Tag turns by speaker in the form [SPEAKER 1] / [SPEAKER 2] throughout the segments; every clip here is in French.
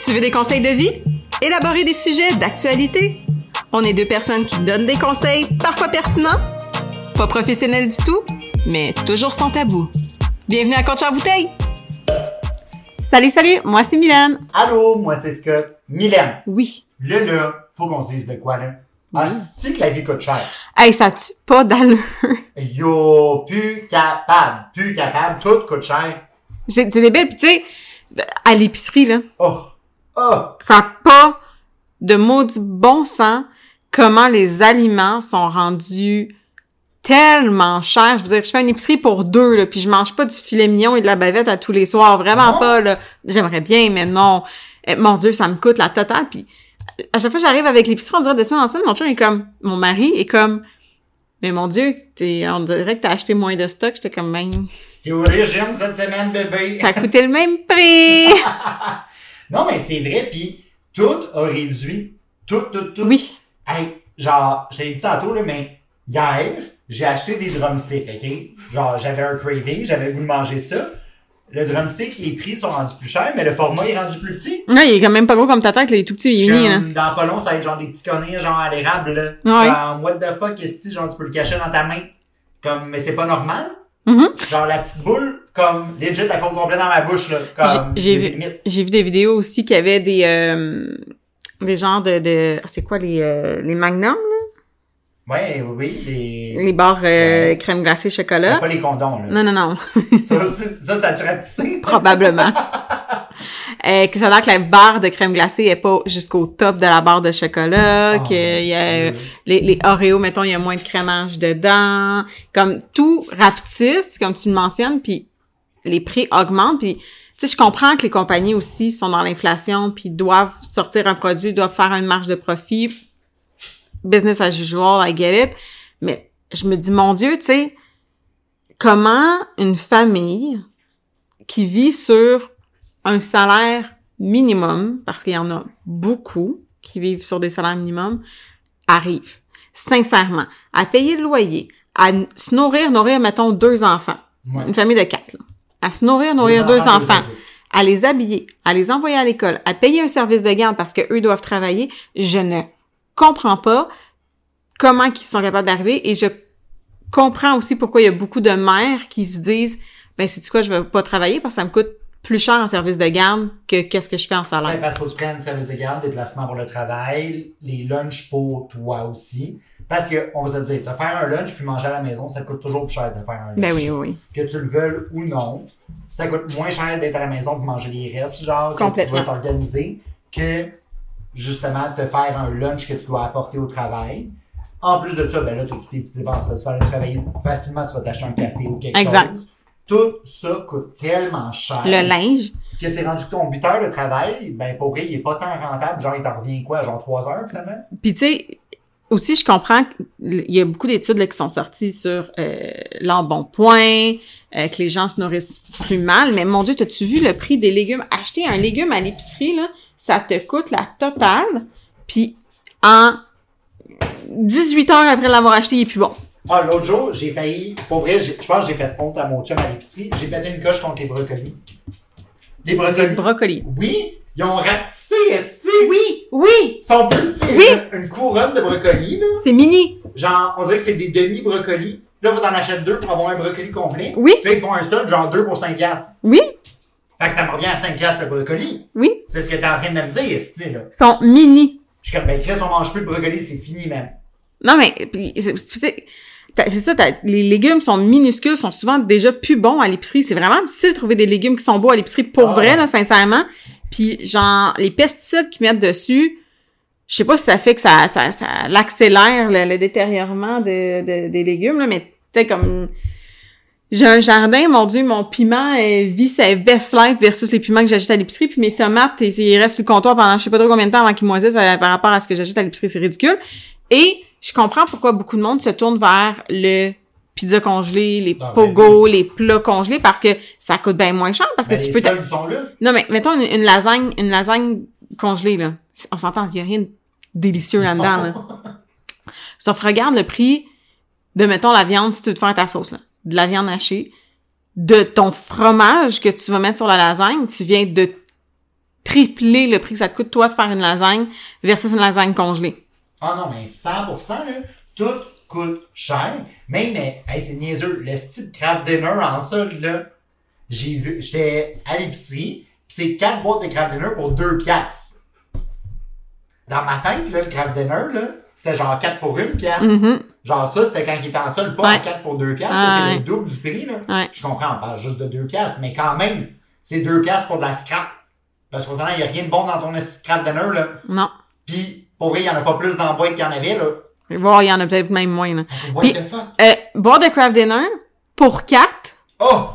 [SPEAKER 1] Tu veux des conseils de vie? Élaborer des sujets d'actualité? On est deux personnes qui donnent des conseils, parfois pertinents, pas professionnels du tout, mais toujours sans tabou. Bienvenue à Coach en bouteille! Salut, salut, moi c'est Mylène.
[SPEAKER 2] Allô, moi c'est Scott. Mylène,
[SPEAKER 1] Oui.
[SPEAKER 2] là, là, faut qu'on se dise de quoi, là. Ah, c'est que la vie coûte cher.
[SPEAKER 1] Hey, ça tue pas d'allure.
[SPEAKER 2] Yo, plus capable, plus capable, tout coûte cher.
[SPEAKER 1] C'est c'est débile, pis tu sais, à l'épicerie, là,
[SPEAKER 2] Oh, oh,
[SPEAKER 1] ça n'a pas de maudit bon sens comment les aliments sont rendus tellement chers. Je veux dire, je fais une épicerie pour deux, là, puis je mange pas du filet mignon et de la bavette à tous les soirs. Vraiment
[SPEAKER 2] Non.
[SPEAKER 1] pas, là. J'aimerais bien, mais non. Eh, mon Dieu, ça me coûte la totale. Puis à chaque fois que j'arrive avec l'épicerie, on dirait des semaines en semaine, mon chum est comme... Mon mari est comme... Mais mon Dieu, t'es- on dirait que t'as acheté moins de stock. J'étais comme... Ben,
[SPEAKER 2] t'es au régime cette semaine, bébé.
[SPEAKER 1] ça a coûté le même prix!
[SPEAKER 2] Non, mais c'est vrai, puis tout a réduit. Tout, tout, tout.
[SPEAKER 1] Oui.
[SPEAKER 2] Hey, genre, je l'ai dit tantôt, là, mais hier, j'ai acheté des drumsticks, OK? Genre, j'avais un craving, j'avais le goût de manger ça. Le drumstick, les prix sont rendus plus chers, mais le format est rendu plus petit.
[SPEAKER 1] Non, il est quand même pas gros comme ta tête, là, il est tout petit, il est mini, là.
[SPEAKER 2] Comme Dans pas long, ça va être genre des petits conneries, genre à l'érable, là.
[SPEAKER 1] Ouais.
[SPEAKER 2] Genre, what the fuck, est-ce que genre, tu peux le cacher dans ta main? Comme, mais c'est pas normal.
[SPEAKER 1] Mhm.
[SPEAKER 2] Genre, la petite boule, comme, legit, elle fait au complet dans ma bouche, là. Comme,
[SPEAKER 1] J'ai- j'ai
[SPEAKER 2] les
[SPEAKER 1] vu-
[SPEAKER 2] limites.
[SPEAKER 1] J'ai vu des vidéos aussi qui avaient des euh, des genres de, de c'est quoi les euh, les magnums,
[SPEAKER 2] Ouais, oui, les.
[SPEAKER 1] les barres euh,
[SPEAKER 2] Ouais.
[SPEAKER 1] crème glacée
[SPEAKER 2] Mais
[SPEAKER 1] chocolat.
[SPEAKER 2] Pas les condons, là.
[SPEAKER 1] Non non non,
[SPEAKER 2] Ça, aussi, ça, ça tue à pisser.
[SPEAKER 1] probablement. Euh, que ça a l'air que la barre de crème glacée est pas jusqu'au top de la barre de chocolat,
[SPEAKER 2] Ah,
[SPEAKER 1] que euh, y a,
[SPEAKER 2] oui.
[SPEAKER 1] les, les Oreos, mettons, il y a moins de crémage dedans. Comme tout rapetisse, comme tu le mentionnes, puis les prix augmentent. Puis, tu sais, je comprends que les compagnies aussi sont dans l'inflation, puis doivent sortir un produit, doivent faire une marge de profit. Business as usual, I get it. Mais je me dis, mon Dieu, tu sais, comment une famille qui vit sur un salaire minimum, parce qu'il y en a beaucoup qui vivent sur des salaires minimums, arrive, sincèrement, à payer le loyer, à n- se nourrir, nourrir, mettons, deux enfants,
[SPEAKER 2] Ouais.
[SPEAKER 1] une famille de quatre, là. à se nourrir, nourrir
[SPEAKER 2] Les
[SPEAKER 1] deux
[SPEAKER 2] enfants,
[SPEAKER 1] enfants,
[SPEAKER 2] les adultes.
[SPEAKER 1] à les habiller, à les envoyer à l'école, à payer un service de garde parce que eux doivent travailler, je ne comprends pas comment qu'ils sont capables d'arriver et je comprends aussi pourquoi il y a beaucoup de mères qui se disent ben c'est quoi je vais pas travailler parce que ça me coûte plus cher en service de garde que qu'est-ce que je fais en
[SPEAKER 2] Ouais,
[SPEAKER 1] salaire.
[SPEAKER 2] parce qu'il faut que tu prennes service de garde, déplacement pour le travail, les lunchs pour toi aussi. Parce que, on va se le dire, te faire un lunch puis manger à la maison, ça te coûte toujours plus cher de faire un lunch.
[SPEAKER 1] Ben oui oui.
[SPEAKER 2] que tu le veuilles ou non, ça coûte moins cher d'être à la maison pour manger les restes, genre, que tu
[SPEAKER 1] Complètement.
[SPEAKER 2] vas t'organiser, que justement te faire un lunch que tu dois apporter au travail. En plus de ça, ben là, tu as toutes tes petites dépenses, tu vas te faire aller travailler facilement, tu vas t'acheter un café ou quelque
[SPEAKER 1] Exact.
[SPEAKER 2] chose. Tout ça coûte tellement cher
[SPEAKER 1] Le linge,
[SPEAKER 2] que c'est rendu que ton 8 heures de travail, ben pour vrai, il est pas tant rentable, genre il t'en revient quoi, genre 3 heures finalement?
[SPEAKER 1] Puis tu sais, aussi je comprends qu'il y a beaucoup d'études là, qui sont sorties sur euh, l'embonpoint, euh, que les gens se nourrissent plus mal, mais mon Dieu, t'as-tu vu le prix des légumes? Acheter un légume à l'épicerie, là, ça te coûte la totale, puis en 18 heures après l'avoir acheté, il est plus bon.
[SPEAKER 2] Ah, l'autre jour, j'ai failli. Pour vrai, j'ai- je pense que j'ai fait honte à mon chum à l'épicerie. J'ai pété une coche contre les brocolis. Les brocolis.
[SPEAKER 1] Brocoli.
[SPEAKER 2] Oui, ils ont rapetissé, esti.
[SPEAKER 1] Oui, oui,
[SPEAKER 2] Ils sont plus petits.
[SPEAKER 1] Oui.
[SPEAKER 2] Une, une couronne de brocolis, là.
[SPEAKER 1] c'est mini.
[SPEAKER 2] Genre, on dirait que c'est des demi-brocolis. Là, faut t'en acheter deux pour avoir un brocoli complet.
[SPEAKER 1] Oui,
[SPEAKER 2] Puis Là, ils font un seul, genre deux pour 5 piastres.
[SPEAKER 1] oui,
[SPEAKER 2] Fait que ça me revient à 5 piastres le brocoli.
[SPEAKER 1] oui,
[SPEAKER 2] C'est ce que t'es en train de me dire, esti, là.
[SPEAKER 1] ils sont mini.
[SPEAKER 2] Je suis comme, ben, Chris, on mange plus de brocoli, c'est fini, même.
[SPEAKER 1] Non, mais puis c'est- c'est t'as- c'est ça, t'as- les légumes sont minuscules, sont souvent déjà plus bons à l'épicerie. C'est vraiment difficile de trouver des légumes qui sont beaux à l'épicerie pour
[SPEAKER 2] Ah.
[SPEAKER 1] vrai, là, sincèrement. Puis genre, les pesticides qu'ils mettent dessus, je sais pas si ça fait que ça, ça, ça l'accélère, le, le détériorement de, de- des légumes, là, mais tu sais, comme... J'ai un jardin, mon Dieu, mon piment euh, vit sa best life versus les piments que j'achète à l'épicerie, puis mes tomates, ils- ils restent sur le comptoir pendant je sais pas trop combien de temps avant qu'ils moisissent euh, par rapport à ce que j'achète à l'épicerie, c'est ridicule. Et je comprends pourquoi beaucoup de monde se tourne vers le pizza congelé, les
[SPEAKER 2] Ah, ben
[SPEAKER 1] pogos, les plats congelés, parce que ça coûte bien moins cher, parce que
[SPEAKER 2] Ben,
[SPEAKER 1] tu
[SPEAKER 2] les
[SPEAKER 1] peux... t'a-
[SPEAKER 2] seuls qui sont là.
[SPEAKER 1] Non, mais mettons une, une lasagne, une lasagne congelée, là. C'est- On s'entend, il y a rien de délicieux là-dedans, là. Sauf regarde le prix de, mettons, la viande si tu veux te faire ta sauce, là. De la viande hachée, de ton fromage que tu vas mettre sur la lasagne, tu viens de tripler le prix que ça te coûte, toi, de faire une lasagne versus une lasagne congelée.
[SPEAKER 2] Ah non, mais 100%, là, tout coûte cher. Même, mais, hey, c'est niaiseux, le style Kraft Dinner en solde, là, j'ai vu, j'étais à l'épicerie, pis c'est 4 boîtes de Kraft Dinner pour 2 piastres. Dans ma tête, là, le Kraft Dinner, là, c'était genre 4 pour 1 piastre.
[SPEAKER 1] Mhm.
[SPEAKER 2] Genre ça, c'était quand il était en solde, pas
[SPEAKER 1] Ouais.
[SPEAKER 2] à 4 pour 2 piastres,
[SPEAKER 1] Ah,
[SPEAKER 2] ça, c'est
[SPEAKER 1] ouais.
[SPEAKER 2] le double du prix, là.
[SPEAKER 1] Ouais.
[SPEAKER 2] Je comprends, on parle juste de 2 piastres, mais quand même, c'est 2 piastres pour de la scrap. Parce qu'au il n'y a rien de bon dans ton scrap dinner, là.
[SPEAKER 1] Non.
[SPEAKER 2] Pis, pour vrai, il n'y en a pas plus dans la boîte qu'il y en avait, là.
[SPEAKER 1] Voir, il y en a peut-être même moins, là.
[SPEAKER 2] What
[SPEAKER 1] Puis-
[SPEAKER 2] the fuck?
[SPEAKER 1] Euh, boire de craft dinner pour quatre.
[SPEAKER 2] Oh!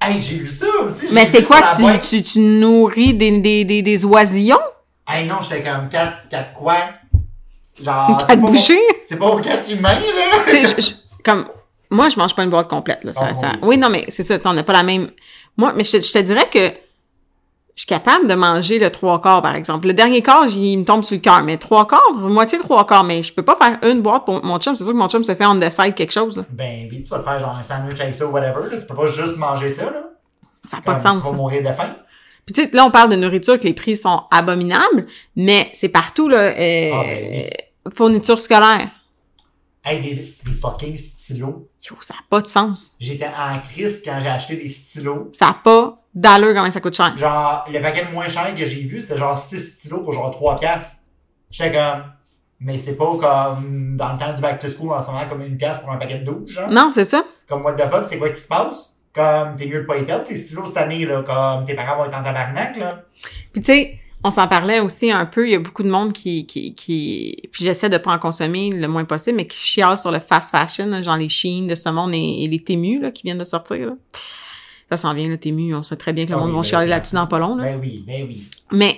[SPEAKER 2] Hey, j'ai vu ça aussi! j'ai
[SPEAKER 1] Mais
[SPEAKER 2] vu
[SPEAKER 1] c'est quoi?
[SPEAKER 2] sur la
[SPEAKER 1] Tu,
[SPEAKER 2] boîte.
[SPEAKER 1] tu, tu nourris des, des, des, des oisillons?
[SPEAKER 2] Hey non, j'étais comme 4, 4 quoi? Genre. c'est
[SPEAKER 1] à te
[SPEAKER 2] pas
[SPEAKER 1] boucher?
[SPEAKER 2] pour- C'est pas pour 4 humains, là!
[SPEAKER 1] Tu sais, je- je- comme, moi, je mange pas une boîte complète, là. Ça,
[SPEAKER 2] Ah,
[SPEAKER 1] ça-
[SPEAKER 2] oui.
[SPEAKER 1] Oui, non, mais c'est ça, tu sais, on n'a pas la même. Moi, mais je, je te dirais que je suis capable de manger le trois quarts, par exemple. Le dernier quart, j'y- il me tombe sur le cœur. Mais trois quarts, moitié trois quarts, mais je peux pas faire une boîte pour mon chum. C'est sûr que mon chum se fait on the side quelque chose, là.
[SPEAKER 2] Ben oui, tu vas te faire genre un sandwich avec ça ou whatever, là. Tu peux pas juste manger ça, là.
[SPEAKER 1] Ça n'a pas de
[SPEAKER 2] Comme,
[SPEAKER 1] sens.
[SPEAKER 2] Tu
[SPEAKER 1] ça.
[SPEAKER 2] vas mourir de faim.
[SPEAKER 1] Puis tu sais, là, on parle de nourriture, que les prix sont abominables, mais c'est partout, là. euh,
[SPEAKER 2] Ah, ben
[SPEAKER 1] Fourniture scolaire.
[SPEAKER 2] Hey, des, des fucking stylos.
[SPEAKER 1] Yo, ça n'a pas de sens.
[SPEAKER 2] J'étais en crise quand j'ai acheté des stylos.
[SPEAKER 1] Ça n'a pas d'allure comment ça coûte cher.
[SPEAKER 2] Genre, le paquet le moins cher que j'ai vu, c'était genre 6 stylos pour genre 3 piastres. J'étais comme. Mais c'est pas comme dans le temps du back to school en ce moment, comme une pièce pour un paquet de 12, genre.
[SPEAKER 1] Non, c'est ça.
[SPEAKER 2] Comme what the fuck, c'est quoi qui se passe? Comme t'es mieux de pas y perdre tes stylos cette année, là, comme tes parents vont être en tabarnak, là.
[SPEAKER 1] Puis tu sais, on s'en parlait aussi un peu. Il y a beaucoup de monde qui, qui, qui... puis j'essaie de pas en consommer le moins possible, mais qui chiale sur le fast fashion, là, genre les Shein de ce monde et, et les Temu là, qui viennent de sortir. Là. Ça s'en vient, le Temu. On sait très bien que le
[SPEAKER 2] Ah
[SPEAKER 1] monde
[SPEAKER 2] oui,
[SPEAKER 1] va
[SPEAKER 2] ben,
[SPEAKER 1] chialer là-dessus dans pas long. Là.
[SPEAKER 2] Ben oui, ben oui.
[SPEAKER 1] Mais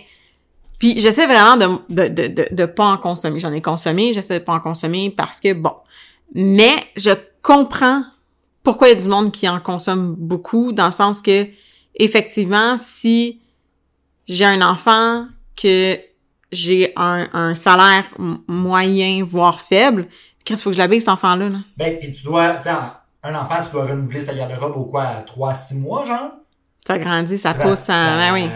[SPEAKER 1] puis j'essaie vraiment de de, de, de de pas en consommer. J'en ai consommé, j'essaie de pas en consommer parce que bon. Mais je comprends pourquoi il y a du monde qui en consomme beaucoup dans le sens que effectivement si j'ai un enfant que j'ai un, un salaire m- moyen voire faible, qu'est-ce faut que je l'habille cet enfant là là
[SPEAKER 2] Ben, pis tu dois, tiens, un enfant, tu dois renouveler sa garde-robe au quoi, 3-6 mois, genre?
[SPEAKER 1] Ça grandit, ça
[SPEAKER 2] Ben,
[SPEAKER 1] pousse, ça, ben oui.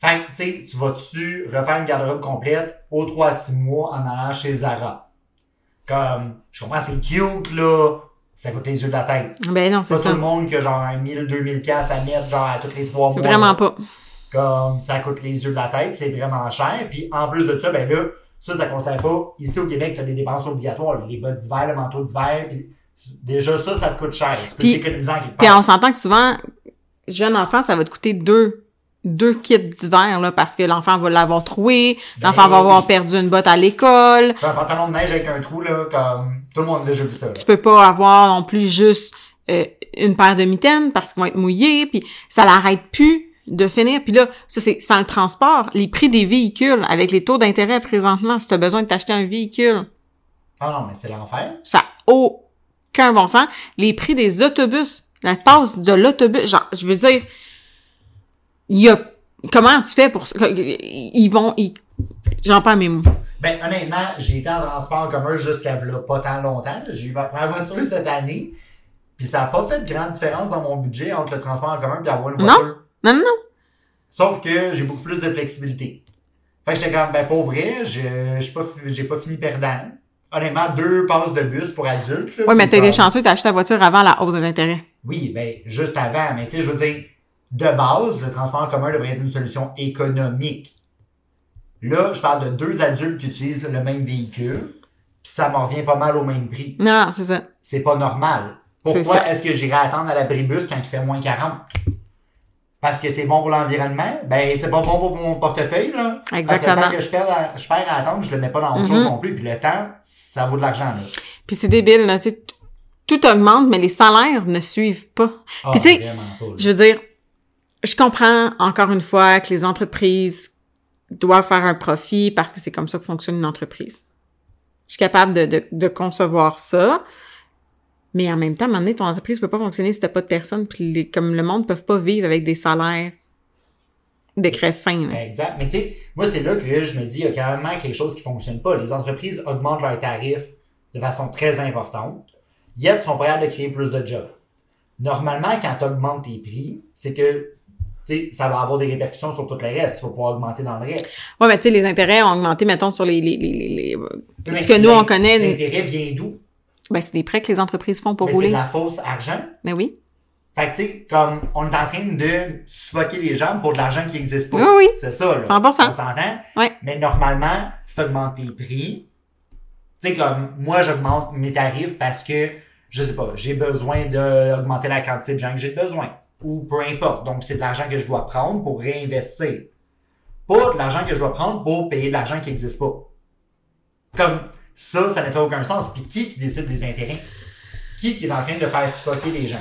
[SPEAKER 2] Fait que, tu sais, tu vas-tu refaire une garde-robe complète au 3-6 mois en allant chez Zara? Comme, je comprends, c'est cute, là. Ça coûte les yeux de la tête.
[SPEAKER 1] Ben non,
[SPEAKER 2] C'est
[SPEAKER 1] c'est
[SPEAKER 2] pas tout
[SPEAKER 1] ça.
[SPEAKER 2] le monde qui a genre 1000, 2000 pièces à mettre, genre, à tous les 3 mois.
[SPEAKER 1] Vraiment
[SPEAKER 2] là.
[SPEAKER 1] pas.
[SPEAKER 2] Comme, ça coûte les yeux de la tête, c'est vraiment cher. Puis, en plus de ça, ben là, ça, ça concerne pas. Ici, au Québec, t'as des dépenses obligatoires. là. Les bottes d'hiver, le manteau d'hiver, puis déjà, ça, ça te coûte cher. Tu peux
[SPEAKER 1] Puis-
[SPEAKER 2] t'économiser en quelque
[SPEAKER 1] Puis
[SPEAKER 2] part.
[SPEAKER 1] on s'entend que souvent, jeune enfant, ça va te coûter deux, deux kits d'hiver, là, parce que l'enfant va l'avoir troué,
[SPEAKER 2] Ben
[SPEAKER 1] l'enfant va
[SPEAKER 2] oui.
[SPEAKER 1] avoir perdu une botte à l'école,
[SPEAKER 2] Puis un pantalon de neige avec un trou, là, comme, tout le monde a déjà vu ça. là.
[SPEAKER 1] tu peux pas avoir non plus juste euh, une paire de mitaines parce qu'ils vont être mouillés, puis ça l'arrête plus de finir. Puis là, ça c'est sans le transport, les prix des véhicules, avec les taux d'intérêt présentement, si tu as besoin de t'acheter un véhicule,
[SPEAKER 2] Ah non, mais c'est l'enfer.
[SPEAKER 1] Ça n'a aucun bon sens. Les prix des autobus, la passe de l'autobus, genre, je veux dire, il y a, comment tu fais pour, ils vont, ils- j'en perds mes mots.
[SPEAKER 2] Ben, honnêtement, j'ai été en transport en commun jusqu'à v'là pas tant longtemps. J'ai eu ma première voiture cette année. Puis ça n'a pas fait de grande différence dans mon budget entre le transport en commun et avoir une
[SPEAKER 1] Non.
[SPEAKER 2] voiture.
[SPEAKER 1] Non, non, non.
[SPEAKER 2] Sauf que j'ai beaucoup plus de flexibilité. Fait que j'étais comme, ben, pour vrai, je- j'ai pas, j'ai pas fini perdant. Honnêtement, deux passes de bus pour adultes. là,
[SPEAKER 1] Ouais, mais
[SPEAKER 2] puis
[SPEAKER 1] t'as
[SPEAKER 2] comme-
[SPEAKER 1] été chanceux, t'as acheté ta voiture avant la hausse des intérêts.
[SPEAKER 2] Oui, ben, juste avant. Mais tu sais, je veux dire, de base, le transport en commun devrait être une solution économique. Là, je parle de deux adultes qui utilisent le même véhicule, puis ça m'en revient pas mal au même prix.
[SPEAKER 1] Non, non, c'est ça.
[SPEAKER 2] C'est pas normal.
[SPEAKER 1] C'est
[SPEAKER 2] Pourquoi
[SPEAKER 1] ça.
[SPEAKER 2] est-ce que j'irai attendre à l'abribus quand il fait moins 40? Parce que c'est bon pour l'environnement? Ben, c'est pas bon pour mon portefeuille, là. Parce que
[SPEAKER 1] Exactement.
[SPEAKER 2] le temps que je perds à, je perds à attendre, je le mets pas dans autre
[SPEAKER 1] Mhm.
[SPEAKER 2] chose non plus. Puis le temps, ça vaut de l'argent, là.
[SPEAKER 1] Puis c'est débile, là, tu sais, t- tout augmente, mais les salaires ne suivent pas.
[SPEAKER 2] Ah,
[SPEAKER 1] Puis tu sais,
[SPEAKER 2] vraiment pas, là.
[SPEAKER 1] Je veux dire, je comprends encore une fois que les entreprises doivent faire un profit parce que c'est comme ça que fonctionne une entreprise. Je suis capable de, de, de concevoir ça. Mais en même temps, à un moment donné, ton entreprise peut pas fonctionner si t'as pas de personnes, puis les- comme le monde peuvent pas vivre avec des salaires de crève fin. là.
[SPEAKER 2] Exact. Mais tu sais, moi, c'est là que je me dis, il y a carrément quelque chose qui fonctionne pas. Les entreprises augmentent leurs tarifs de façon très importante. Yet, sont prêts à créer plus de jobs. Normalement, quand tu augmentes tes prix, c'est que tu sais, ça va avoir des répercussions sur tout le reste. Tu vas pouvoir augmenter dans le reste.
[SPEAKER 1] Ouais, mais tu sais, les intérêts ont augmenté, mettons, sur les, les, les, les- les-
[SPEAKER 2] Mais
[SPEAKER 1] ce que nous,
[SPEAKER 2] l'in-
[SPEAKER 1] on connaît.
[SPEAKER 2] L'intérêt vient d'où?
[SPEAKER 1] Ben, c'est des prêts que les entreprises font pour
[SPEAKER 2] Ben, c'est de
[SPEAKER 1] rouler.
[SPEAKER 2] la fausse argent.
[SPEAKER 1] Mais oui.
[SPEAKER 2] Fait que, tu sais, comme on est en train de suffoquer les gens pour de l'argent qui n'existe pas.
[SPEAKER 1] Oui, oui.
[SPEAKER 2] C'est ça, là.
[SPEAKER 1] 100%.
[SPEAKER 2] On s'entend?
[SPEAKER 1] Ouais.
[SPEAKER 2] Mais normalement, si tu augmentes tes prix, tu sais, comme moi, j'augmente mes tarifs parce que, je sais pas, j'ai besoin d'augmenter la quantité de gens que j'ai besoin. Ou peu importe. Donc, c'est de l'argent que je dois prendre pour réinvestir. Pas de l'argent que je dois prendre pour payer de l'argent qui n'existe pas. Comme ça, ça ne fait aucun sens. Puis qui qui décide des intérêts? Qui qui est en train de faire suffoquer les gens?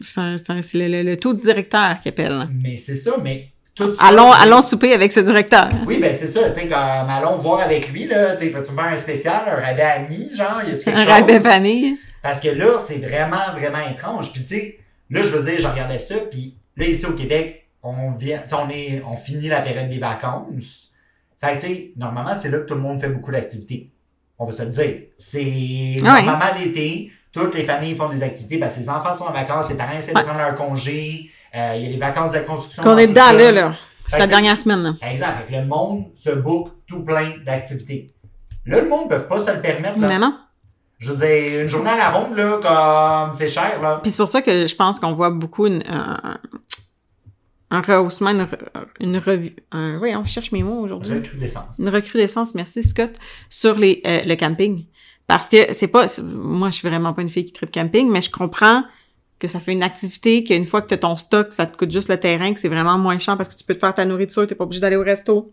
[SPEAKER 1] C'est un- c'est un- c'est le, le, le taux de directeur qui appelle.
[SPEAKER 2] Mais c'est ça, mais tout ça.
[SPEAKER 1] Allons, allons souper avec ce directeur.
[SPEAKER 2] Oui, ben c'est ça, tu sais, comme allons voir avec lui, là, tu sais, peux-tu me faire un spécial, un rabais ami, genre, y a-tu quelque
[SPEAKER 1] Un
[SPEAKER 2] chose?
[SPEAKER 1] rabais famille.
[SPEAKER 2] Parce que là, c'est vraiment, vraiment étrange. Puis tu sais, là, je veux dire, je regardais ça, puis là, ici au Québec, on vient, tu sais, on est, on finit la période des vacances. Fait que tu sais, normalement, c'est là que tout le monde fait beaucoup d'activités. On va se le dire. C'est normalement l'été, toutes les familles font des activités, parce que les enfants sont en vacances, les parents essaient de
[SPEAKER 1] Ouais.
[SPEAKER 2] prendre leur congé, euh, il y a les vacances de la construction.
[SPEAKER 1] Qu'on est
[SPEAKER 2] tout
[SPEAKER 1] dedans,
[SPEAKER 2] ça.
[SPEAKER 1] là, là. C'est
[SPEAKER 2] Fait
[SPEAKER 1] la
[SPEAKER 2] que-
[SPEAKER 1] dernière semaine, là.
[SPEAKER 2] Exact. Fait que le monde se book tout plein d'activités. Là, le monde ne peut pas se le permettre. Là.
[SPEAKER 1] Non, non.
[SPEAKER 2] Je veux dire, une journée à la ronde, là, comme c'est cher, là.
[SPEAKER 1] Puis c'est pour ça que je pense qu'on voit beaucoup une, un, un rehaussement, une, re- une revue. Un, voyons, je cherche mes mots
[SPEAKER 2] J'ai
[SPEAKER 1] aujourd'hui.
[SPEAKER 2] cru d'essence.
[SPEAKER 1] Une recrudescence, merci Scott, sur les, euh, le camping. Parce que c'est pas. c'est- Moi, je suis vraiment pas une fille qui tripe camping, mais je comprends que ça fait une activité, qu'une fois que tu as ton stock, ça te coûte juste le terrain, que c'est vraiment moins cher parce que tu peux te faire ta nourriture, t'es pas obligé d'aller au resto.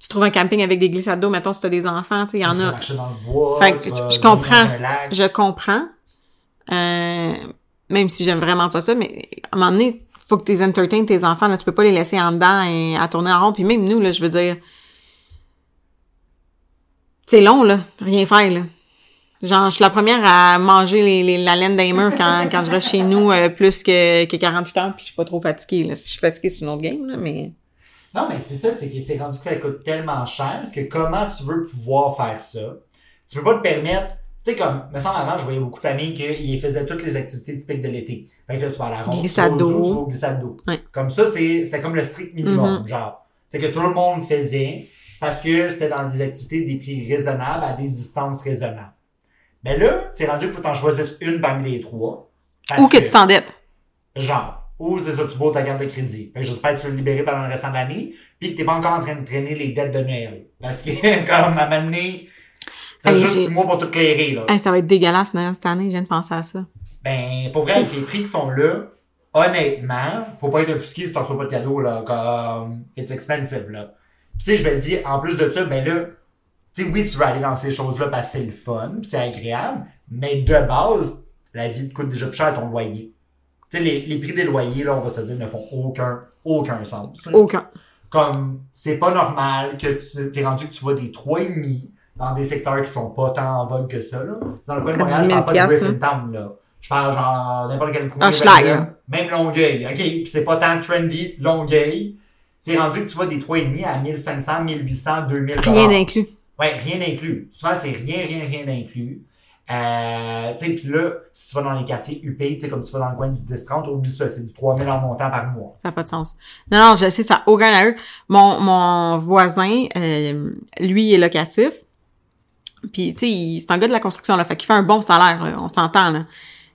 [SPEAKER 1] Tu trouves un camping avec des glissades d'eau, mettons, si t'as des enfants, tu sais, il y en a.
[SPEAKER 2] Marcher dans le bois.
[SPEAKER 1] Fait que
[SPEAKER 2] tu
[SPEAKER 1] je-
[SPEAKER 2] vas
[SPEAKER 1] je
[SPEAKER 2] dormir
[SPEAKER 1] comprends.
[SPEAKER 2] dans un lac.
[SPEAKER 1] je comprends. Euh, même si j'aime vraiment pas ça, mais à un moment donné, faut que tu entertaines tes enfants. Là, tu peux pas les laisser en dedans et à tourner en rond. Puis même nous, là, je veux dire. C'est long, là, rien faire, là. Genre, je suis la première à manger les, les- la laine des murs quand, quand je reste chez nous euh, plus que, que 48 heures, puis je suis pas trop fatiguée. Là. Si je suis fatiguée, c'est une autre game, là, mais...
[SPEAKER 2] Non, mais c'est ça, c'est que c'est rendu que ça coûte tellement cher que comment tu veux pouvoir faire ça? Tu peux pas te permettre. Tu sais, comme, me semble avant, je voyais beaucoup de familles qui faisaient toutes les activités typiques de l'été. Fait que là, tu vas à la ronde, tu vas
[SPEAKER 1] Glissade
[SPEAKER 2] au zoo,
[SPEAKER 1] d'eau.
[SPEAKER 2] tu vas au glissade d'eau.
[SPEAKER 1] Ouais. Mm-hmm.
[SPEAKER 2] Comme ça, c'est c'est comme le strict minimum, genre. C'est que tout le monde faisait parce que c'était dans des activités des prix raisonnables à des distances raisonnables. Mais là, c'est rendu que faut que t'en choisisses une parmi les trois. parce
[SPEAKER 1] Ou que tu t'endettes.
[SPEAKER 2] Genre, ou c'est ça, tu bois ta carte de crédit. Fait que j'espère que tu vas le libérer pendant le restant de l'année, puis que t'es pas encore en train de traîner les dettes de Noël. Parce que, comme, à un moment donné, t'as
[SPEAKER 1] Hey,
[SPEAKER 2] juste
[SPEAKER 1] j'ai-
[SPEAKER 2] six mois pour tout clairer, là.
[SPEAKER 1] Hey, ça va être dégueulasse Noël, cette année, je viens de penser à ça.
[SPEAKER 2] Ben, pour vrai, avec les prix qui sont là, honnêtement, faut pas être offusqué si t'en reçois pas de cadeau, là, comme, it's expensive, là. Puis, tu sais, je me dis, en plus de ça, ben là, tu sais, oui, tu veux aller dans ces choses-là parce que c'est le fun, puis c'est agréable, mais de base, la vie te coûte déjà plus cher ton loyer. Tu sais, les, les prix des loyers, là, on va se le dire, ne font aucun, aucun sens. là.
[SPEAKER 1] Aucun.
[SPEAKER 2] Comme, c'est pas normal que tu t'es rendu que tu vois des 3,5 dans des secteurs qui sont pas tant en vogue que ça, là. Dans le coin de
[SPEAKER 1] À
[SPEAKER 2] Montréal, je
[SPEAKER 1] 10 000
[SPEAKER 2] parle pas de
[SPEAKER 1] piastres, hein.
[SPEAKER 2] Griffintown, là. Je parle genre n'importe quel coin.
[SPEAKER 1] Un Schlag, là.
[SPEAKER 2] Même Longueuil, ok? Puis c'est pas tant trendy, Longueuil. C'est rendu que tu vois des 3,5 à 1500, 1800, 2000
[SPEAKER 1] Rien d'inclus.
[SPEAKER 2] Ouais, rien inclus. Souvent, c'est rien, rien, rien inclus. Euh, tu sais, puis là, si tu vas dans les quartiers UP, tu sais, comme tu vas dans le coin du 10-30, oublie ça, c'est du 3000 en montant par mois.
[SPEAKER 1] Ça n'a pas de sens. Non, non, je sais, ça n'a aucun allure. Mon, mon voisin, euh, lui, il est locatif. Puis, tu sais, il- c'est un gars de la construction, là. Fait qu'il fait un bon salaire, là, on s'entend, là.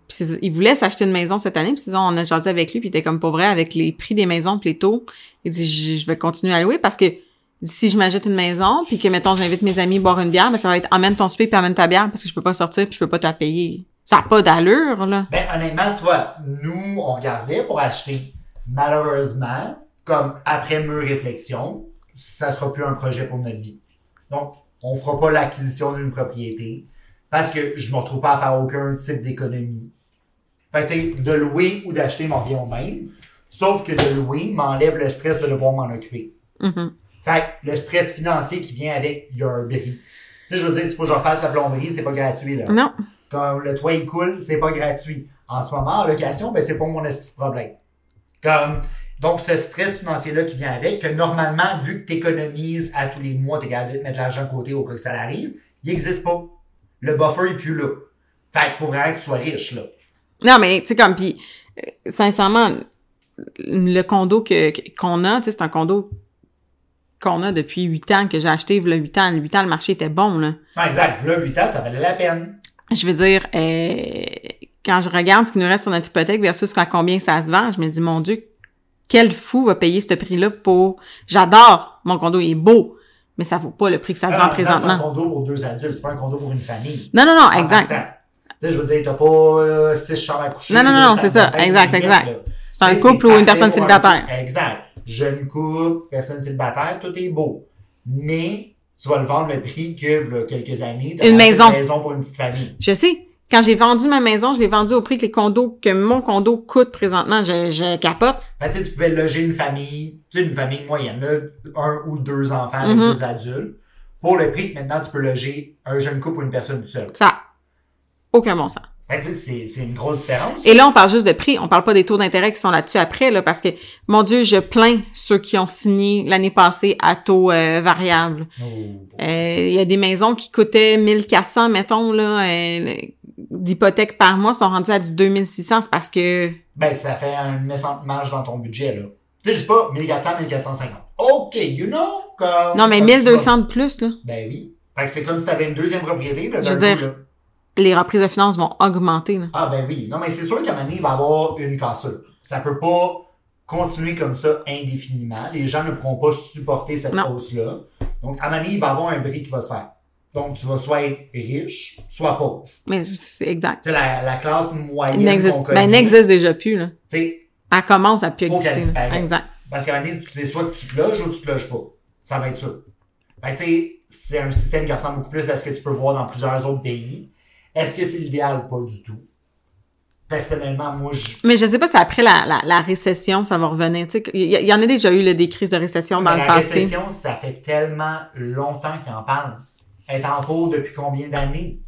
[SPEAKER 1] Puis, c'est- il voulait s'acheter une maison cette année. Puis, c'est ça, on a jasé avec lui. Puis, il était comme, pour vrai, avec les prix des maisons puis les taux, il dit, je je vais continuer à louer parce que si je m'achète une maison puis que, mettons, j'invite mes amis à boire une bière, ben, ça va être amène ton souper puis amène ta bière parce que je peux pas sortir puis je peux pas te la payer. Ça n'a pas d'allure, là.
[SPEAKER 2] Ben, honnêtement, tu vois, nous, on regardait pour acheter. Malheureusement, comme après mûre réflexion, ça sera plus un projet pour notre vie. Donc, on fera pas l'acquisition d'une propriété parce que je me retrouve pas à faire aucun type d'économie. Fait que, tu sais, de louer ou d'acheter m'en vient au même. Sauf que de louer m'enlève le stress de devoir m'en occuper.
[SPEAKER 1] Mhm.
[SPEAKER 2] Fait que le stress financier qui vient avec, il y a un bris. Tu sais, je veux dire, s'il faut que je refasse la plomberie, c'est pas gratuit, là.
[SPEAKER 1] Non.
[SPEAKER 2] Quand le toit il coule, c'est pas gratuit. En ce moment, en location, ben, c'est pas mon esti de problème. Comme, donc, ce stress financier-là qui vient avec, que normalement, vu que tu économises à tous les mois, tu es capable de te mettre de l'argent de côté au cas que ça arrive, il n'existe pas. Le buffer est plus là. Fait qu'il faut vraiment que tu sois riche, là.
[SPEAKER 1] Non, mais tu sais, comme, puis, euh, sincèrement, le condo que, que- qu'on a, tu sais, c'est un condo qu'on a depuis 8 ans, que j'ai acheté il y 8 ans. Le 8 ans, le marché était bon, là.
[SPEAKER 2] Ouais, exact. Là, 8 ans, ça valait la peine.
[SPEAKER 1] Je veux dire, euh, quand je regarde ce qui nous reste sur notre hypothèque versus à combien ça se vend, je me dis, mon Dieu, quel fou va payer ce prix-là pour... J'adore, mon condo il est beau, mais ça vaut pas le prix que ça se
[SPEAKER 2] Ah,
[SPEAKER 1] vend
[SPEAKER 2] non, Ah, C'est un
[SPEAKER 1] présentement.
[SPEAKER 2] condo pour deux adultes, c'est pas un condo pour une famille.
[SPEAKER 1] Non, non, non,
[SPEAKER 2] En
[SPEAKER 1] exact.
[SPEAKER 2] partant. Tu sais, je veux dire, t'as pas euh, six chambres à coucher.
[SPEAKER 1] Non, non, non,
[SPEAKER 2] là,
[SPEAKER 1] non, c'est ça.
[SPEAKER 2] va être
[SPEAKER 1] Exact,
[SPEAKER 2] une vite,
[SPEAKER 1] exact.
[SPEAKER 2] là.
[SPEAKER 1] C'est un
[SPEAKER 2] Tu sais,
[SPEAKER 1] couple ou une
[SPEAKER 2] parfait
[SPEAKER 1] personne
[SPEAKER 2] pour un
[SPEAKER 1] célibataire.
[SPEAKER 2] couple. Exact. Jeune couple, personne célibataire, tout est beau. Mais tu vas le vendre le prix que, là, quelques années, t'as
[SPEAKER 1] Une
[SPEAKER 2] acheté
[SPEAKER 1] maison.
[SPEAKER 2] Une maison pour une petite famille.
[SPEAKER 1] Je sais. Quand j'ai vendu ma maison, je l'ai vendue au prix que les condos, que mon condo coûte présentement. Je, je capote.
[SPEAKER 2] Fait que, tu sais, tu pouvais loger une famille, tu sais, une famille moyenne, là, un ou deux enfants avec
[SPEAKER 1] Mhm.
[SPEAKER 2] deux adultes, pour le prix que maintenant tu peux loger un jeune couple ou une personne seule.
[SPEAKER 1] Ça a aucun bon sens.
[SPEAKER 2] Fait que, tu sais, c'est- c'est une grosse différence.
[SPEAKER 1] Et là, on parle juste de prix. On parle pas des taux d'intérêt qui sont là-dessus après, là, parce que, mon Dieu, je plains ceux qui ont signé l'année passée à taux euh, variable.
[SPEAKER 2] Oh.
[SPEAKER 1] Euh, Il y a des maisons qui coûtaient 1400, mettons, là, euh, d'hypothèque par mois, sont rendues à du 2600. C'est parce que...
[SPEAKER 2] Ben, ça fait un méchant marge dans ton budget, là. Tu sais, je sais pas, 1400, 1450. OK, you know, comme...
[SPEAKER 1] Non, mais
[SPEAKER 2] comme
[SPEAKER 1] 1200 de plus, là.
[SPEAKER 2] tu vas- Ben oui. Fait que c'est comme si t'avais une deuxième propriété, là,
[SPEAKER 1] Je
[SPEAKER 2] d'un
[SPEAKER 1] veux dire-
[SPEAKER 2] coup, là.
[SPEAKER 1] Les reprises de finances vont augmenter, là.
[SPEAKER 2] Ah, ben oui. Non, mais c'est sûr qu'à un moment donné, il va y avoir une cassure. Ça peut pas continuer comme ça indéfiniment. Les gens ne pourront pas supporter cette
[SPEAKER 1] Non.
[SPEAKER 2] hausse-là. Donc, à un moment donné, il va y avoir un bris qui va se faire. Donc, tu vas soit être riche, soit pauvre.
[SPEAKER 1] Mais c'est exact.
[SPEAKER 2] Tu sais, la, la classe
[SPEAKER 1] Elle
[SPEAKER 2] moyenne qu'on
[SPEAKER 1] n'existe ben,
[SPEAKER 2] connaît,
[SPEAKER 1] elle n'existe déjà plus, là.
[SPEAKER 2] tu sais,
[SPEAKER 1] Elle commence à plus
[SPEAKER 2] faut qu'elle
[SPEAKER 1] exister. là.
[SPEAKER 2] disparaisse.
[SPEAKER 1] Exact.
[SPEAKER 2] Parce qu'à un moment donné, tu sais soit que tu te loges ou tu te loges pas. Ça va être ça. Ben, tu sais, c'est un système qui ressemble beaucoup plus à ce que tu peux voir dans plusieurs autres pays. Est-ce que c'est l'idéal? Pas du tout. Personnellement, moi, je.
[SPEAKER 1] Mais je sais pas si après la, la, la récession, ça va revenir. Tu sais, il y, il y en a déjà eu là, des crises de récession dans
[SPEAKER 2] Mais
[SPEAKER 1] le
[SPEAKER 2] la
[SPEAKER 1] passé.
[SPEAKER 2] récession, ça fait tellement longtemps qu'ils en parlent. Elle est en cours depuis combien d'années?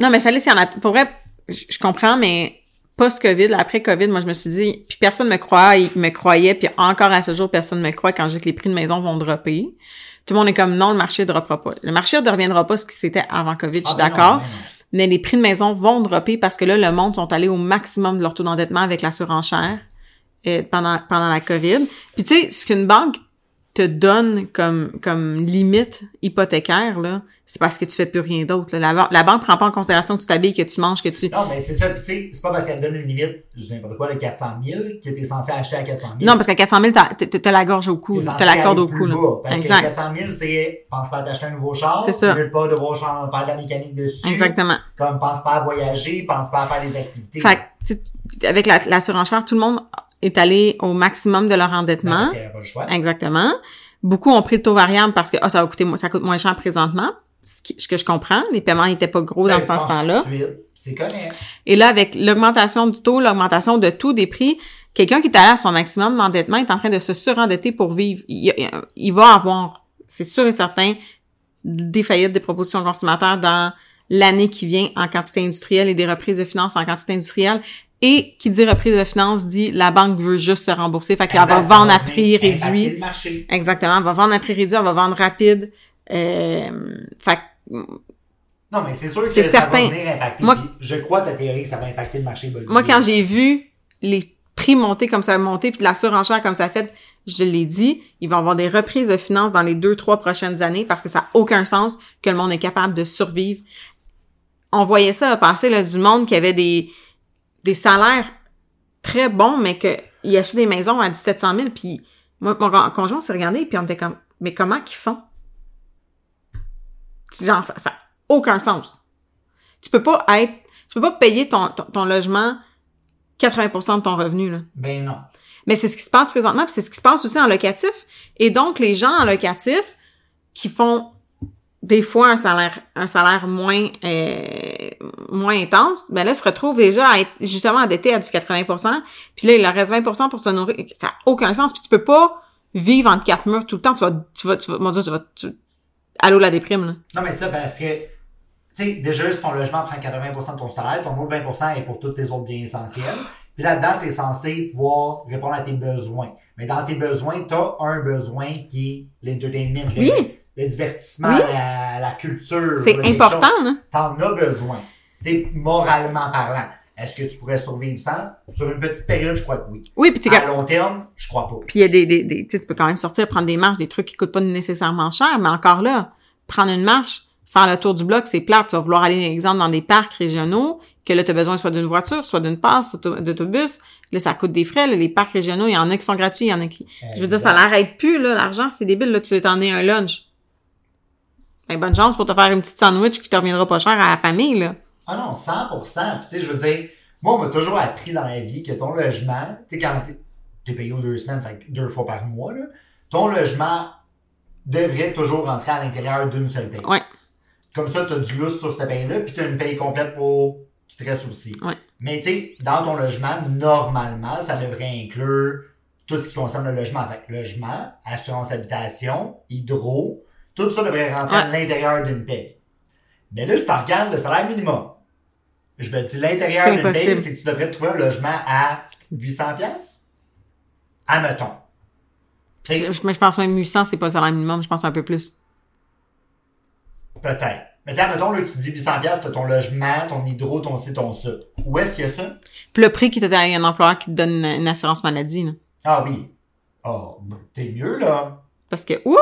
[SPEAKER 1] Non, mais fallait s'y en atta- Pour vrai, je je comprends, mais post-Covid, après-Covid, moi, je me suis dit, puis personne me croyait, me croyait, puis encore à ce jour, personne me croit quand je dis que les prix de maison vont dropper. Tout le monde est comme, non, le marché ne droppera pas. Le marché ne reviendra pas ce qui c'était avant Covid, je
[SPEAKER 2] Ah,
[SPEAKER 1] suis
[SPEAKER 2] ben non,
[SPEAKER 1] d'accord.
[SPEAKER 2] ben non.
[SPEAKER 1] mais les prix de maison vont dropper parce que là, le monde sont allés au maximum de leur taux d'endettement avec la surenchère euh, pendant, pendant la COVID. Puis tu sais, ce qu'une banque te donne comme, comme limite hypothécaire, là, c'est parce que tu fais plus rien d'autre. là. La, ban- la banque prend pas en considération que tu t'habilles, que tu manges, que tu...
[SPEAKER 2] Non, mais c'est ça. Puis, tu sais, c'est pas parce qu'elle donne une limite, je dis n'importe quoi, de 400 000, que t'es censé acheter à 400 000.
[SPEAKER 1] Non, parce qu'à 400 000, t'as- t'as t'as la gorge au cou,
[SPEAKER 2] T'es censé
[SPEAKER 1] t'as la corde
[SPEAKER 2] aller
[SPEAKER 1] au
[SPEAKER 2] plus
[SPEAKER 1] cou. là.
[SPEAKER 2] bas, Parce
[SPEAKER 1] Exact.
[SPEAKER 2] que 400 000, c'est pense pas à t'acheter un nouveau char.
[SPEAKER 1] C'est ça.
[SPEAKER 2] Tu veux pas devoir chan- faire de la mécanique dessus.
[SPEAKER 1] Exactement.
[SPEAKER 2] Comme pense pas à voyager, pense pas à faire des activités.
[SPEAKER 1] Fait que, tu sais, avec la, la surenchère, tout le monde est allé au maximum de leur
[SPEAKER 2] Ben,
[SPEAKER 1] endettement.
[SPEAKER 2] parce qu'il y a pas le choix.
[SPEAKER 1] Exactement. Beaucoup ont pris le taux variable parce que ah, ça va coûter mo- ça coûte moins cher présentement. Ce, qui- ce que je comprends, les paiements n'étaient pas gros dans
[SPEAKER 2] Fait
[SPEAKER 1] ce
[SPEAKER 2] que tu penses
[SPEAKER 1] temps-là.
[SPEAKER 2] Ben, tout de suite, C'est correct.
[SPEAKER 1] Et là, avec l'augmentation du taux, l'augmentation de tout des prix, quelqu'un qui est allé à son maximum d'endettement est en train de se surendetter pour vivre. Il, il- il va avoir, c'est sûr et certain, des faillites des propositions consommateurs dans l'année qui vient en quantité industrielle et des reprises de finances en quantité industrielle. Et qui dit reprise de finances dit la banque veut juste se rembourser, fait qu'elle va
[SPEAKER 2] Exact,
[SPEAKER 1] vendre
[SPEAKER 2] ça
[SPEAKER 1] à
[SPEAKER 2] va
[SPEAKER 1] prix
[SPEAKER 2] venir impacter
[SPEAKER 1] réduit.
[SPEAKER 2] le marché.
[SPEAKER 1] Exactement. Elle va vendre à prix réduit, elle va vendre rapide. Euh, fait que
[SPEAKER 2] Non, mais c'est sûr que
[SPEAKER 1] C'est
[SPEAKER 2] ça
[SPEAKER 1] certain.
[SPEAKER 2] va venir impacter.
[SPEAKER 1] Moi-
[SPEAKER 2] Puis je crois ta théorie que ça va impacter le marché. Bolivie.
[SPEAKER 1] moi, quand j'ai vu les prix monter comme ça a monté, puis de la surenchère comme ça a fait, je l'ai dit, il va y avoir des reprises de finances dans les deux, trois prochaines années parce que ça n'a aucun sens que le monde est capable de survivre. On voyait ça là, passer là, du monde qui avait des, des salaires très bons, mais qu'ils achetaient des maisons à du 700 000. Puis moi, mon con- conjoint s'est regardé, puis on était comme, mais comment qu'ils font? C'est Genre, ça n'a aucun sens. Tu peux pas être, tu peux pas payer ton, ton, ton logement 80 de ton revenu, là.
[SPEAKER 2] Ben non.
[SPEAKER 1] Mais c'est ce qui se passe présentement, puis c'est ce qui se passe aussi en locatif. Et donc, les gens en locatif qui font des fois un salaire, un salaire moins, euh, moins intense, ben là, se retrouvent déjà à être justement endettés à du 80 puis là, il leur reste 20 pour se nourrir. Ça n'a aucun sens. Puis tu peux pas vivre entre quatre murs tout le temps. Tu vas, tu vas, tu vas, mon Dieu, tu vas, tu... Allô, la déprime, là.
[SPEAKER 2] Non, mais ça, parce que, tu sais, déjà, si ton logement prend 80 de ton salaire, ton autre 20 est pour tous tes autres biens essentiels. Puis là-dedans, tu es censé pouvoir répondre à tes besoins. Mais dans tes besoins, tu as un besoin qui est l'entertainment, le-
[SPEAKER 1] Oui.
[SPEAKER 2] le, divertissement,
[SPEAKER 1] Oui.
[SPEAKER 2] la, la culture.
[SPEAKER 1] C'est
[SPEAKER 2] là, les
[SPEAKER 1] important, là.
[SPEAKER 2] choses. T'en as besoin. Tu sais, moralement parlant. Est-ce que tu pourrais survivre sans? Sur une petite période, je crois que oui.
[SPEAKER 1] Oui, puis t'es
[SPEAKER 2] À
[SPEAKER 1] capable.
[SPEAKER 2] long terme, je crois pas.
[SPEAKER 1] Puis il y a des, des, des- tu sais, tu peux quand même sortir, prendre des marches, des trucs qui coûtent pas nécessairement cher, mais encore là, prendre une marche, faire le tour du bloc, c'est plate. Tu vas vouloir aller, exemple, dans des parcs régionaux, que là, tu as besoin soit d'une voiture, soit d'une passe auto- d'autobus. Là, ça coûte des frais. là. les parcs régionaux, il y en a qui sont gratuits, il y en a qui... Je veux dire, ça n'arrête plus, là, l'argent, c'est débile. Là, tu t'en es un lunch. Ben, bonne chance pour te faire une petite sandwich qui te reviendra pas cher à la famille, là.
[SPEAKER 2] Ah non, 100%. Puis tu sais, je veux dire, moi, on m'a toujours appris dans la vie que ton logement, tu sais, quand t'es- t'es payé aux deux semaines, fait que deux fois par mois, là, ton logement devrait toujours rentrer à l'intérieur d'une seule paye.
[SPEAKER 1] Ouais.
[SPEAKER 2] Comme ça, t'as du lousse sur cette paye-là, puis t'as une paye complète pour qui te reste aussi.
[SPEAKER 1] Ouais.
[SPEAKER 2] Mais tu sais, dans ton logement, normalement, ça devrait inclure tout ce qui concerne le logement. Fait que logement, assurance habitation, hydro, tout ça devrait rentrer à l'intérieur d'une paye. Mais là, si tu regardes le salaire minimum, je me dis l'intérieur
[SPEAKER 1] C'est
[SPEAKER 2] d'une paye,
[SPEAKER 1] impossible.
[SPEAKER 2] c'est que tu devrais trouver un logement à 800 pièces. À mettons.
[SPEAKER 1] Puis c'est- je, je pense même 800, c'est pas le salaire minimum, je pense un peu plus.
[SPEAKER 2] Peut-être. Mais tu sais, mettons, là, tu dis 800 pièces, t'as ton logement, ton hydro, ton ci, ton ça. Où est-ce qu'il y a ça?
[SPEAKER 1] Puis le prix qui te donne, il y a un employeur qui te donne une, une assurance maladie, là.
[SPEAKER 2] Ah oui. Ah, ben, t'es mieux, là.
[SPEAKER 1] Parce que, ouh!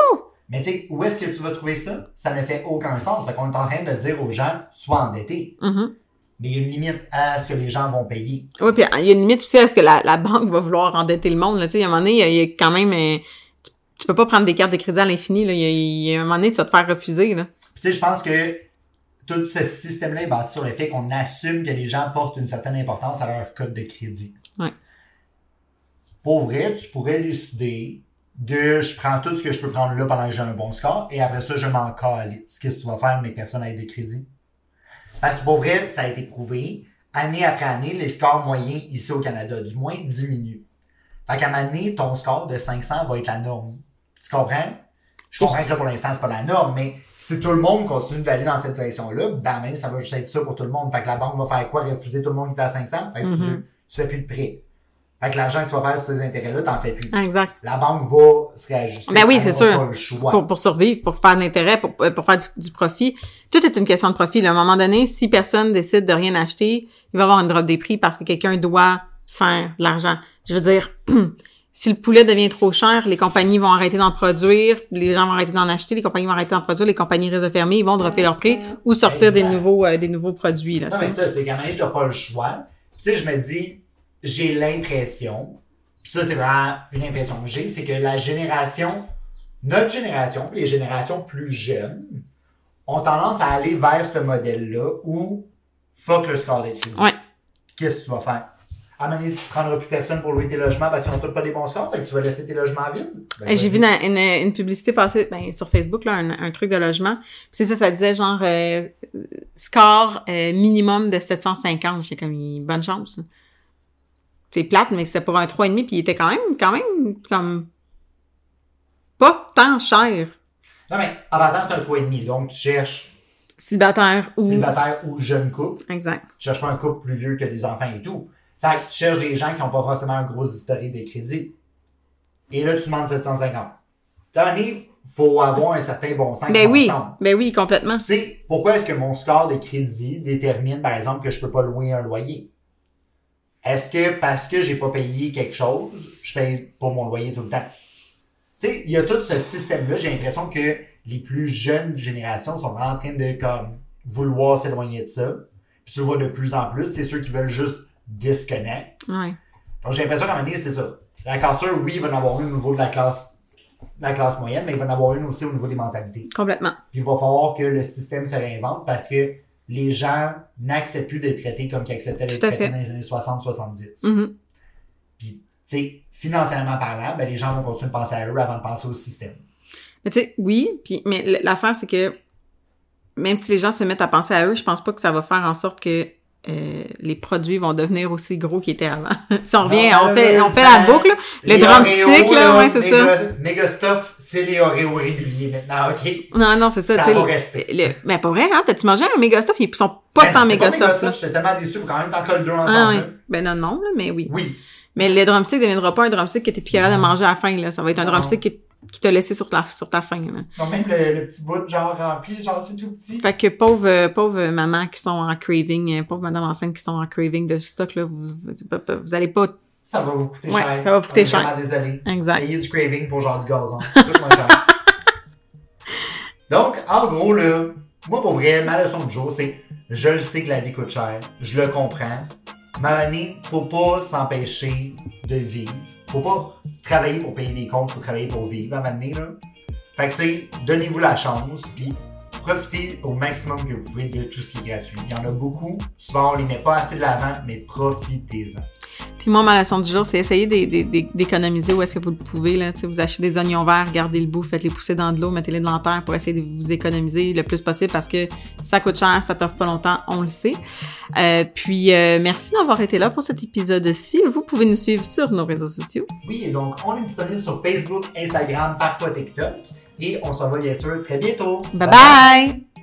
[SPEAKER 2] Mais tu sais, où est-ce que tu vas trouver ça? Ça ne fait aucun sens. Fait qu'on est en train de dire aux gens, sois endettés.
[SPEAKER 1] Mhm.
[SPEAKER 2] Mais il y a une limite à ce que les gens vont payer.
[SPEAKER 1] Oui, puis il y a une limite aussi à ce que la, la banque va vouloir endetter le monde. Là. Tu sais, à un moment donné, il y a- il y, a quand même... euh, tu, tu peux pas prendre des cartes de crédit à l'infini. Là. Il, y a, il y a un moment donné, tu vas te faire refuser. Là.
[SPEAKER 2] Puis, tu sais, je pense que tout ce système-là est bâti sur le fait qu'on assume que les gens portent une certaine importance à leur code de crédit.
[SPEAKER 1] Ouais.
[SPEAKER 2] Pour vrai, tu pourrais décider de je prends tout ce que je peux prendre là pendant que j'ai un bon score et après ça, je m'en calisse. Qu'est-ce que tu vas faire avec mes personnes à aide de crédit? Parce que pour vrai, ça a été prouvé. Année après année, les scores moyens ici au Canada, du moins, diminuent. Fait qu'à un moment donné, ton score de 500 va être la norme. Tu comprends? Je comprends que là, pour l'instant, c'est pas la norme, mais si tout le monde continue d'aller dans cette direction-là, ben, ben, ça va juste être ça pour tout le monde. Fait que la banque va faire quoi? Refuser tout le monde qui est à 500? Fait que tu-
[SPEAKER 1] Mhm.
[SPEAKER 2] tu, fais plus de prêt. Fait que l'argent que tu vas faire sur ces intérêts-là, t'en fais plus.
[SPEAKER 1] Exact.
[SPEAKER 2] La banque va se réajuster.
[SPEAKER 1] Ben oui,
[SPEAKER 2] Elle
[SPEAKER 1] c'est
[SPEAKER 2] aura
[SPEAKER 1] sûr.
[SPEAKER 2] pas le choix.
[SPEAKER 1] Pour, pour survivre, pour faire de l'intérêt, pour, euh, pour faire du, du profit. Tout est une question de profit. Là. À un moment donné, si personne décide de rien acheter, il va y avoir une drop des prix parce que quelqu'un doit faire de l'argent. Je veux dire, si le poulet devient trop cher, les compagnies vont arrêter d'en produire, les gens vont arrêter d'en acheter, les compagnies vont arrêter d'en produire, les compagnies risquent de fermer, ils vont dropper leur prix ou sortir des
[SPEAKER 2] Exact.
[SPEAKER 1] nouveaux, euh, des nouveaux produits. Là,
[SPEAKER 2] Non,
[SPEAKER 1] tu sais.
[SPEAKER 2] mais ça, c'est quand même, t'as pas le choix. Puis, Tu sais, je me dis, j'ai l'impression, puis ça, c'est vraiment une impression que j'ai, c'est que la génération, notre génération, puis les générations plus jeunes, ont tendance à aller vers ce modèle-là où fuck le score de crédit.
[SPEAKER 1] Ouais.
[SPEAKER 2] Qu'est-ce que tu vas faire? À un moment donné, tu prendras plus personne pour louer tes logements parce qu'ils n'ont tous pas des bons scores, fait que tu vas laisser tes logements vides. Ben,
[SPEAKER 1] Euh, J'ai vu
[SPEAKER 2] vas-y.
[SPEAKER 1] une, une, une publicité passer ben, sur Facebook, là, un, un truc de logement. Puis c'est ça, ça disait genre euh, score euh, minimum de 750. J'étais comme, il- bonne chance. C'est plate, mais c'est pour un 3,5. Puis il était quand même, quand même, comme, pas tant cher.
[SPEAKER 2] Non, mais en partant, c'est un 3,5, donc tu cherches
[SPEAKER 1] Célibataire ou...
[SPEAKER 2] célibataire ou jeune couple.
[SPEAKER 1] Exact.
[SPEAKER 2] tu cherches pas un couple plus vieux que des enfants et tout. Fait que tu cherches des gens qui n'ont pas forcément un gros historique de crédit. Et là, tu demandes 750. Dans un livre, faut avoir un certain bon sens.
[SPEAKER 1] Ben oui,
[SPEAKER 2] ensemble.
[SPEAKER 1] ben oui, complètement.
[SPEAKER 2] Tu sais, pourquoi est-ce que mon score de crédit détermine, par exemple, que je peux pas louer un loyer? Est-ce que parce que j'ai pas payé quelque chose, je paye pour mon loyer tout le temps? Tu sais, il y a tout ce système-là, j'ai l'impression que les plus jeunes générations sont vraiment en train de, comme, vouloir s'éloigner de ça. Puis tu le vois de plus en plus, c'est ceux qui veulent juste disconnect.
[SPEAKER 1] Ouais.
[SPEAKER 2] Donc, j'ai l'impression qu'à un moment donné, c'est ça. La cassure, oui, il va en avoir une au niveau de la classe, de la classe moyenne, mais il va en avoir une aussi au niveau des mentalités.
[SPEAKER 1] Complètement.
[SPEAKER 2] Puis, il va falloir que le système se réinvente parce que les gens n'acceptent plus d'être traités comme qu'ils acceptaient d'être
[SPEAKER 1] Tout à
[SPEAKER 2] traités
[SPEAKER 1] fait.
[SPEAKER 2] dans les années 60-70.
[SPEAKER 1] Mhm.
[SPEAKER 2] Tu sais, financièrement parlant, ben, les gens vont continuer de penser à eux avant de penser au système.
[SPEAKER 1] Mais tu sais, oui, puis mais l- l'affaire, c'est que même si les gens se mettent à penser à eux, je pense pas que ça va faire en sorte que euh, les produits vont devenir aussi gros qu'ils étaient avant. si on
[SPEAKER 2] Non,
[SPEAKER 1] revient, on fait, on fait la
[SPEAKER 2] malheureusement,
[SPEAKER 1] boucle. là. Le
[SPEAKER 2] Les
[SPEAKER 1] drumstick,
[SPEAKER 2] Oreos,
[SPEAKER 1] là, ouais, c'est ça.
[SPEAKER 2] méga- Méga stuff, c'est les Oreos réguliers maintenant, OK?
[SPEAKER 1] Non, non, c'est ça,
[SPEAKER 2] Ça
[SPEAKER 1] tu sais.
[SPEAKER 2] va
[SPEAKER 1] les-
[SPEAKER 2] rester.
[SPEAKER 1] le- Mais pas vrai, hein? T'as-tu mangé un méga stuff? Ils sont pas
[SPEAKER 2] Ben,
[SPEAKER 1] tant
[SPEAKER 2] c'est
[SPEAKER 1] méga
[SPEAKER 2] méga
[SPEAKER 1] stuff, là.
[SPEAKER 2] stuff, J'étais tellement déçu, faut quand même t'en coller deux ensemble.
[SPEAKER 1] Ah,
[SPEAKER 2] là.
[SPEAKER 1] ouais. Ben non, non, là, mais oui.
[SPEAKER 2] Oui,
[SPEAKER 1] Mais le drumstick ne deviendra pas un drumstick que t'es plus capable de manger à la fin, là. Ça va être un
[SPEAKER 2] Non.
[SPEAKER 1] drumstick qui est qui t'a laissé sur ta, sur ta faim. là.
[SPEAKER 2] Non, même le, le petit bout, genre rempli, genre c'est tout petit.
[SPEAKER 1] Fait que pauvre, euh, pauvre maman qui sont en craving, euh, pauvre madame enceinte qui sont en craving de stock, là, vous, vous, vous allez pas...
[SPEAKER 2] Ça va vous coûter
[SPEAKER 1] Ouais,
[SPEAKER 2] cher.
[SPEAKER 1] ça va vous coûter
[SPEAKER 2] On est
[SPEAKER 1] cher.
[SPEAKER 2] vraiment Désolé.
[SPEAKER 1] Exact.
[SPEAKER 2] Ayez du craving pour genre du gazon. C'est tout moins cher. Donc, en gros, là, moi, pour vrai, ma leçon du jour, c'est je le sais que la vie coûte cher. Je le comprends. Ma année, faut pas s'empêcher de vivre. Faut pas travailler pour payer des comptes, faut travailler pour vivre à un moment donné, là. Fait que, tu sais, donnez-vous la chance, puis profitez au maximum que vous pouvez de tout ce qui est gratuit. Il y en a beaucoup. Souvent, on les met pas assez de l'avant, mais profitez-en.
[SPEAKER 1] Puis moi, ma leçon du jour, c'est essayer d'é- d'é- d'é- d'économiser où est-ce que vous le pouvez. Là. Tu sais, Vous achetez des oignons verts, gardez le bout, faites-les pousser dans de l'eau, mettez-les dans la terre pour essayer de vous économiser le plus possible parce que ça coûte cher, ça t'offre pas longtemps, on le sait. Euh, puis euh, merci d'avoir été là pour cet épisode-ci. Vous pouvez nous suivre sur nos réseaux sociaux.
[SPEAKER 2] Oui, et donc on est disponible sur Facebook, Instagram, parfois TikTok. Et on se revoit bien sûr très bientôt.
[SPEAKER 1] bye! bye.